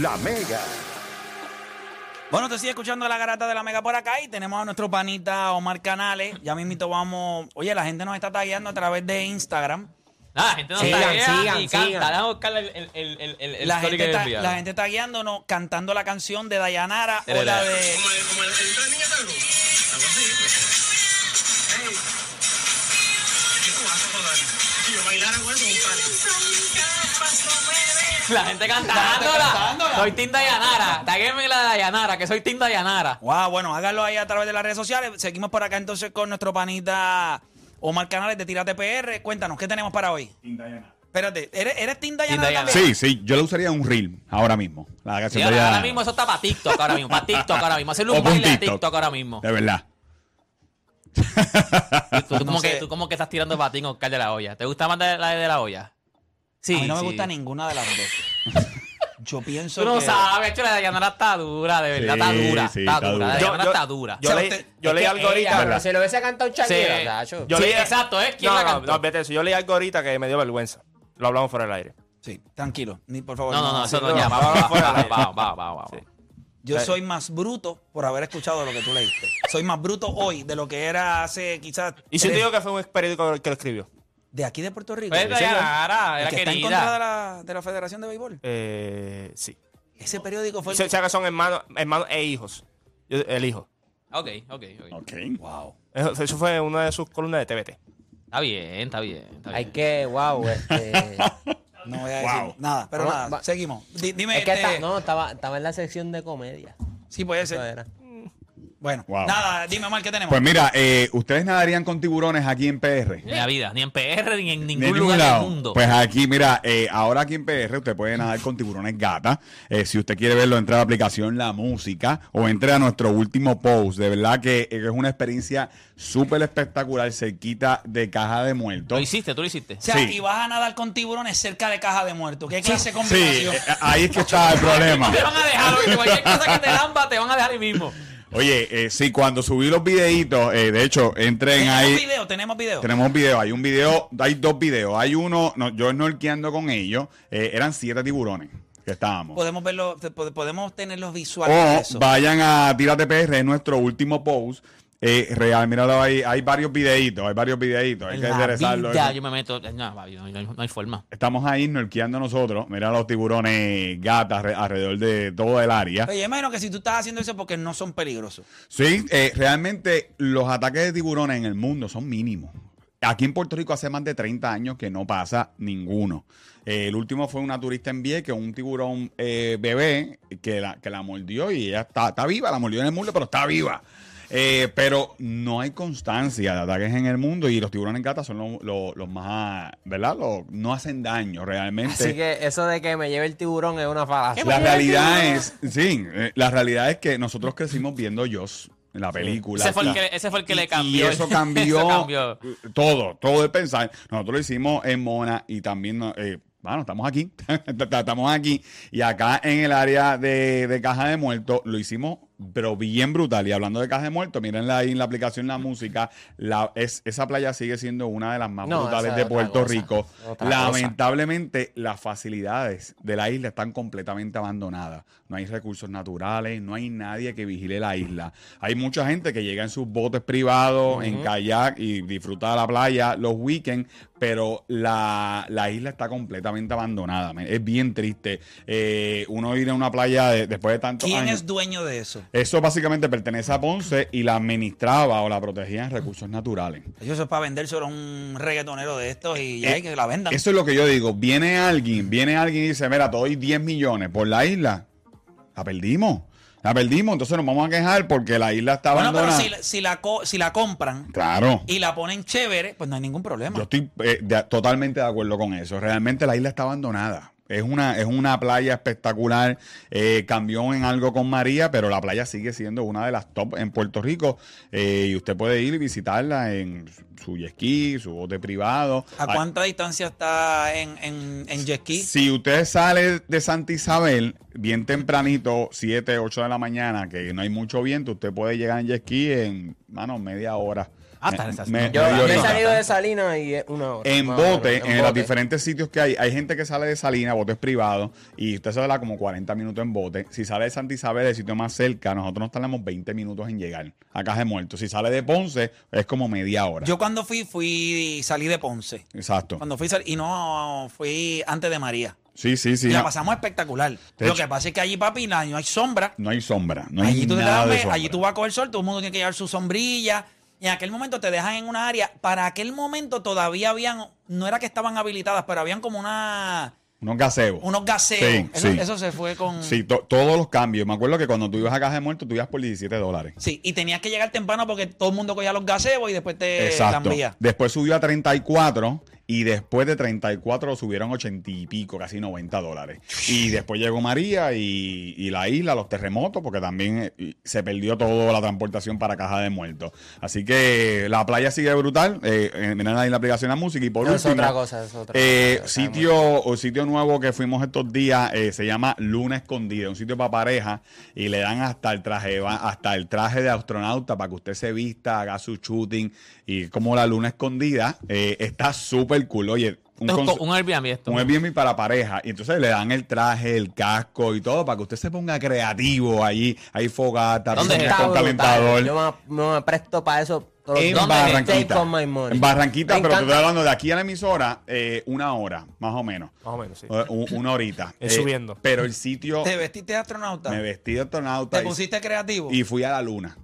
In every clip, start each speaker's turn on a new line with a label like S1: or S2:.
S1: La Mega.
S2: Bueno, te sigue escuchando la garata de la Mega por acá y tenemos a nuestro panita Omar Canales. Ya mismito vamos. Oye, la gente nos está tagueando a través de Instagram.
S3: Nada, la gente no
S4: Sigan,
S3: taguea
S4: sigan,
S3: ni canta.
S4: sigan.
S3: Déjame buscar el, el, el, el, el- el
S2: la,
S3: story
S2: gente
S3: que
S2: ta-
S3: enviaron.
S2: la gente tagueándonos cantando la canción de Dayanara o
S3: Dale,
S2: la
S3: dale.
S2: de.
S5: Como el, como el, el tren niña tango. Algo así. pues. Ey. ¿Qué tú vas a joder? Si yo bailara bueno, un par.
S3: La gente cantándola. Soy Team Dayanara. Taguéme la Dayanara, que soy Team Dayanara.
S2: Wow, bueno, háganlo ahí a través de las redes sociales. Seguimos por acá entonces con nuestro panita Omar Canales de Tirate PR. Cuéntanos, ¿qué tenemos para hoy? Espérate, ¿eres, eres Team Dayanara
S3: Dayanara.
S2: también?
S1: Sí, sí, yo le usaría un reel ahora mismo. La
S3: Sí,
S1: canción de
S3: ahora, ahora
S1: Dayanara.
S3: mismo eso está para TikTok ahora mismo. Para TikTok ahora mismo. Hacerle
S1: O
S3: un
S1: pa' un
S3: baile a
S1: TikTok.
S3: TikTok ahora mismo.
S1: De verdad.
S3: Tú, tú como
S2: sé.
S3: que, tú como que estás tirando patín Oscar de la olla. ¿Te gusta más de- la de la olla? Sí.
S2: a mí no
S3: sí.
S2: me gusta ninguna de las dos. Yo pienso
S3: Tú no
S2: que-
S3: sabes, hecho, la Dayanara está dura, de verdad,
S1: Sí,
S3: está dura.
S1: sí,
S3: está
S1: está
S3: dura,
S1: dura.
S3: la
S1: Yo-
S3: Dayanara está dura.
S2: O
S6: Yo
S2: sea,
S6: leí,
S2: usted-
S6: yo leí algo ahorita.
S1: ¿verdad?
S4: Pero si lo hubiese cantado un chaquero,
S3: Sí.
S4: tacho.
S6: Yo
S3: Sí,
S6: leí,
S3: exacto, ¿eh? ¿Quién
S6: no,
S3: la
S6: no,
S3: cantó?
S6: no, vete eso. Yo leí algo ahorita que me dio vergüenza. Lo hablamos fuera del aire.
S2: Sí, tranquilo, ni por favor.
S3: No, no, no, eso no,
S6: no,
S3: ya,
S6: no,
S3: vamos,
S6: no,
S3: vamos,
S6: fuera.
S3: vamos, vamos, vamos, vamos.
S6: Sí.
S2: Yo
S3: Eh.
S6: Sí.
S2: soy más bruto por haber escuchado lo que tú leíste. Soy más bruto hoy de lo que era hace quizás.
S6: Y si te
S2: tres-
S6: digo que fue un periódico que lo escribió.
S2: De aquí de Puerto Rico.
S3: Pues
S2: El
S3: Dayanara, era
S2: que está en contra de
S3: querida.
S2: la, de la Federación de Béisbol.
S6: Eh, sí.
S2: Ese periódico fue
S3: Pues
S6: O
S2: el.
S6: sea que son hermanos, hermanos e hijos. Yo- el hijo.
S3: Ok, ok, ok.
S1: Ok.
S2: Wow.
S6: Eso eso fue una de sus columnas de TVT.
S3: Está bien, está bien. Está
S4: Hay
S3: bien.
S4: que, wow, este.
S2: No voy a decir
S1: Wow.
S2: nada, pero
S4: Vamos,
S2: nada,
S4: va-
S2: seguimos. Di- dime.
S4: es que
S2: este-
S4: está, no, estaba, estaba en la sección de comedia.
S2: Sí, puede
S4: Eso
S2: ser.
S4: era.
S2: Bueno,
S1: Wow.
S2: nada, dime mal qué tenemos.
S1: Pues mira, eh, ustedes nadarían con tiburones aquí en PR.
S3: Ni en la vida, ni en PR, ni en
S1: Ni
S3: ningún
S1: en ningún
S3: lugar
S1: lado.
S3: del mundo.
S1: Pues aquí, mira, eh, ahora aquí en PR usted puede nadar con tiburones gata. Eh, si usted quiere verlo, entre a la aplicación La Música o entre a nuestro último post. De verdad que eh, es una experiencia súper espectacular, cerquita de Caja de
S3: Lo
S1: Muertos.
S3: hiciste, tú lo hiciste.
S2: o sea,
S1: sí.
S2: y vas a nadar con tiburones cerca de caja de muertos. ¿Qué clase de
S1: Sí,
S2: combinación?
S1: eh, ahí es que está el problema.
S3: Te van a dejar, oye, cualquier cosa que te lamba, te van a dejar ahí mismo.
S1: Oye, eh, sí, cuando subí los videitos, eh, de hecho, entren
S2: tenemos
S1: ahí.
S2: video, tenemos video.
S1: Tenemos un video, hay un video, hay dos videos. Hay uno, no, yo snorkeando con ellos, eh, eran siete tiburones que estábamos.
S2: Podemos verlo, te- pod- podemos tener los visuales de
S1: O
S2: eso.
S1: vayan a Tírate PR, es nuestro último post. Eh, real, míralo ahí. Hay varios videitos, hay varios videitos. Hay
S3: En
S1: que
S3: la
S1: enderezarlo.
S3: vida
S1: eso.
S3: yo me meto. No, papi, no, no- no hay forma.
S1: Estamos ahí norqueando nosotros. Mira los tiburones gatas re- alrededor de todo el área.
S2: Oye, yo imagino que si tú estás haciendo eso porque no son peligrosos.
S1: Sí, eh, realmente los ataques de tiburones en el mundo son mínimos. Aquí en Puerto Rico hace más de 30 años que no pasa ninguno. Eh, el último fue una turista en Vieques, que un tiburón eh, bebé que la, que la mordió y ella está, está viva, la mordió en el muslo, pero está viva. Eh, pero no hay constancia de ataques en el mundo y los tiburones gatas son los, los- los más, ¿verdad? Los- no hacen daño realmente.
S4: Así que eso de que me lleve el tiburón es una falacia.
S1: La realidad es, sí, eh, la realidad es que nosotros crecimos viendo Jaws, la película.
S3: Ese fue el
S1: Y-
S3: que, ese fue el que
S1: y-
S3: le cambió.
S1: Y eso cambió,
S3: Eso cambió.
S1: todo, todo el pensar. Nosotros lo hicimos en Mona y también, eh, bueno, estamos aquí, estamos aquí. Y acá en el área de, de Caja de Muertos lo hicimos, pero bien brutal. Y hablando de Caja de Muertos, miren ahí en la aplicación La Música, la, es, esa playa sigue siendo una de las más
S4: No,
S1: brutales
S4: esa
S1: de
S4: es otra
S1: Puerto
S4: cosa,
S1: Rico.
S4: otra
S1: Lamentablemente, las facilidades de la isla están completamente abandonadas. No hay recursos naturales, no hay nadie que vigile la isla. Hay mucha gente que llega en sus botes privados, en kayak y disfruta de la playa los weekends, pero la, la isla está completamente abandonada. men. Es bien triste. Eh, uno ir a una playa de- después de tantos
S2: ¿Quién
S1: años.
S2: es dueño de eso?
S1: Eso básicamente pertenece a Ponce y la administraba o la protegía en recursos naturales.
S2: Eso es para vendérselo a un reggaetonero de estos y ya
S1: Eh,
S2: hay que la vendan.
S1: Eso es lo que yo digo. Viene alguien, viene alguien y dice, mira, te doy 10 millones por la isla. La perdimos. La perdimos, entonces nos vamos a quejar porque la isla está
S2: bueno, pero
S1: abandonada.
S2: si, la- si la co- si la compran
S1: Claro.
S2: y la ponen chévere, pues no hay ningún problema.
S1: Yo estoy eh, de- totalmente de acuerdo con eso. Realmente la isla está abandonada. Es una, es una playa espectacular. Eh, cambió en algo con María, pero la playa sigue siendo una de las top en Puerto Rico. Eh, y usted puede ir y visitarla en su jet ski, su bote privado.
S2: ¿A
S1: Hay-
S2: cuánta distancia está en, en, en jet ski?
S1: Si usted sale de Santa Isabel bien tempranito, 7, 8 de la mañana, que no hay mucho viento, usted puede llegar en jet ski en, mano, media hora
S2: Ah,
S1: Me-
S2: está, está,
S1: me-
S2: está.
S1: Yo-
S4: Yo,
S1: Medio
S4: yo he
S1: horita.
S4: salido de Salinas y es una hora.
S1: En
S4: más o menos,
S1: bote, en, los
S4: bote.
S1: diferentes sitios que hay, hay gente que sale de Salina, botes privados, y usted se da como 40 minutos en bote. Si sale de Santa Isabel, el sitio más cerca, nosotros nos tardamos 20 minutos en llegar a Caja de Muertos. Si sale de Ponce, es como media hora.
S2: Yo cuando fui, fui, salí de Ponce.
S1: Exacto.
S2: Cuando fui, sal- y no, fui antes de María.
S1: Sí, sí, sí.
S2: Y la
S1: no-
S2: pasamos espectacular.
S1: De
S2: Lo
S1: hecho-
S2: que pasa es que allí, papi, na- no hay sombra.
S1: No hay sombra, no hay
S2: allí, tú te
S1: nada de
S2: laves,
S1: sombra.
S2: allí tú vas a coger sol, todo el mundo tiene que llevar su sombrilla. Y en aquel momento te dejan en una área. Para aquel momento todavía habían, no era que estaban habilitadas, pero habían como una,
S1: Unos gazebos.
S2: unos gaseos.
S1: Sí,
S2: eso,
S1: sí.
S2: eso se fue con.
S1: Sí, to- todos los cambios. Me acuerdo que cuando tú ibas a Caja de Muertos, tú ibas por 17 dólares.
S2: Sí, y tenías que llegar temprano porque todo el mundo cogía los gazebos y después te
S1: Exacto.
S2: cambiaba.
S1: Después subió a 34 y después de 34 lo subieron a 80 y pico, casi 90 dólares. Y después llegó María y, y la isla, los terremotos, porque también eh, y se perdió toda la transportación para Caja de Muertos. Así que la playa sigue brutal. Eh, eh, miren ahí la aplicación a música y por
S4: No, es
S1: último...
S4: otra cosa, es otra
S1: eh,
S4: cosa. Está muy-
S1: sitio o sitio nuevo que fuimos estos días eh, se llama Luna Escondida, un sitio para pareja y le dan hasta el traje va- hasta el traje de astronauta para que usted se vista, haga su shooting y como la luna escondida eh, está súper cool. Oye, un,
S3: Esto es
S1: conce-
S3: co- un Airbnb esto.
S1: un Airbnb para pareja. Y entonces le dan el traje, el casco y todo para que usted se ponga creativo allí. Hay fogata,
S3: ¿Dónde
S1: pisos
S3: está
S1: con
S4: brutal.
S1: calentador.
S4: Yo me, me presto para eso. todos los
S1: En
S4: días.
S1: Barranquita.
S4: Take on my money.
S1: En Barranquita,
S4: Me
S1: pero te
S4: encanta.
S1: estoy hablando de aquí a la emisora, eh, una hora, más o menos.
S6: Más o menos, sí.
S1: Eh, u- una horita. Eh,
S6: Este. Es subiendo.
S1: Pero el sitio.
S2: ¿Te vestiste de astronauta?
S1: Me vestí de astronauta
S2: ¿Te
S1: y-
S2: pusiste creativo?
S1: y fui a la luna.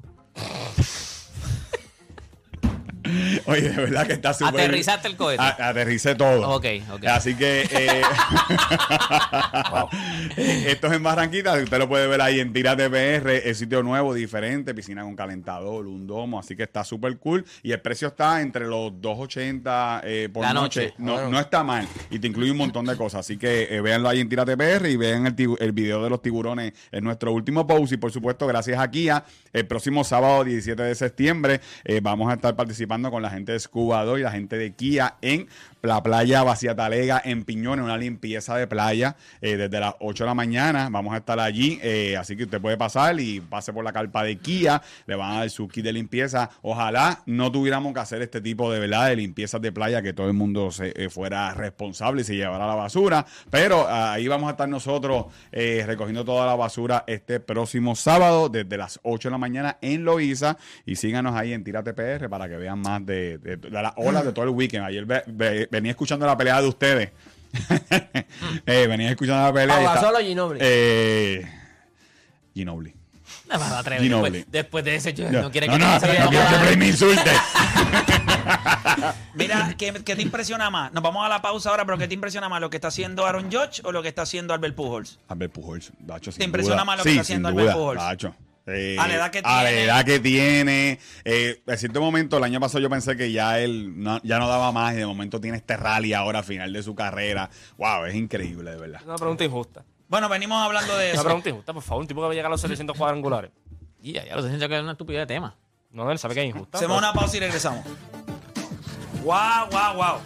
S1: Oye, de verdad que está súper.
S3: Aterrizaste el cohete.
S1: A- aterricé todo.
S3: Ok, ok.
S1: Así que. eh, Esto es en Barranquita. Usted lo puede ver ahí en Tiras de PR. Es sitio nuevo, diferente. Piscina con calentador, un domo. Así que está súper cool. Y el precio está entre los 2.80 eh, por
S3: La
S1: noche.
S3: noche.
S1: No, no está mal. Y te incluye un montón de cosas. Así que eh, véanlo ahí en Tírate PR y vean el, tibu- el video de los tiburones en nuestro último post. Y por supuesto, gracias a Kia, el próximo sábado 17 de septiembre eh, vamos a estar participando con la gente de Scuba 2 y la gente de Kia en la playa Vaciatalega en Piñones, una limpieza de playa eh, desde las 8 de la mañana. Vamos a estar allí, eh, así que usted puede pasar y pase por la carpa de Kia, le van a dar su kit de limpieza. Ojalá no tuviéramos que hacer este tipo de verdad de limpiezas de playa, que todo el mundo se, eh, fuera responsable y se llevara la basura, pero ah, ahí vamos a estar nosotros eh, recogiendo toda la basura este próximo sábado desde las 8 de la mañana en Loiza y síganos ahí en Tírate PR para que vean más de, de- de las olas de todo el weekend. Ayer ve- ve- venía escuchando la pelea de ustedes. Eh, venía escuchando la pelea. y está-
S4: Abasolo Ginobili.
S1: eh, Ginobili.
S3: No, no, no, atrévete.
S1: Ginobili.
S3: Después, después de ese, yo-
S1: No,
S3: no quiere
S1: no,
S3: que
S1: no,
S3: se
S1: no quiero que Play me insulte.
S2: Mira, ¿qué, qué te impresiona más? Nos vamos a la pausa ahora, pero ¿qué te impresiona más? ¿Lo que está haciendo Aaron George o lo que está haciendo Albert Pujols?
S1: Albert Pujols, Dacho, sin
S2: ¿Te impresiona
S1: duda.
S2: más lo
S1: Sí,
S2: que está
S1: sin
S2: haciendo
S1: duda,
S2: Albert Pujols?
S1: Dacho. Eh,
S2: A la edad que
S1: a la
S2: tiene.
S1: edad que tiene. Eh, en cierto momento, el año pasado yo pensé que ya él no- ya no daba más y de momento tiene este rally ahora, final de su carrera. Wow, es increíble, de verdad.
S6: Es una pregunta injusta.
S2: Bueno, venimos hablando de
S6: Una
S2: eso.
S6: pregunta injusta, por favor. Un tipo que va a llegar a los 700 cuadrangulares.
S3: Y ya, ya lo siento que es una estupidez de tema.
S6: No, él sabe que es injusta.
S2: Hacemos una pausa y regresamos. Guau, guau, guau.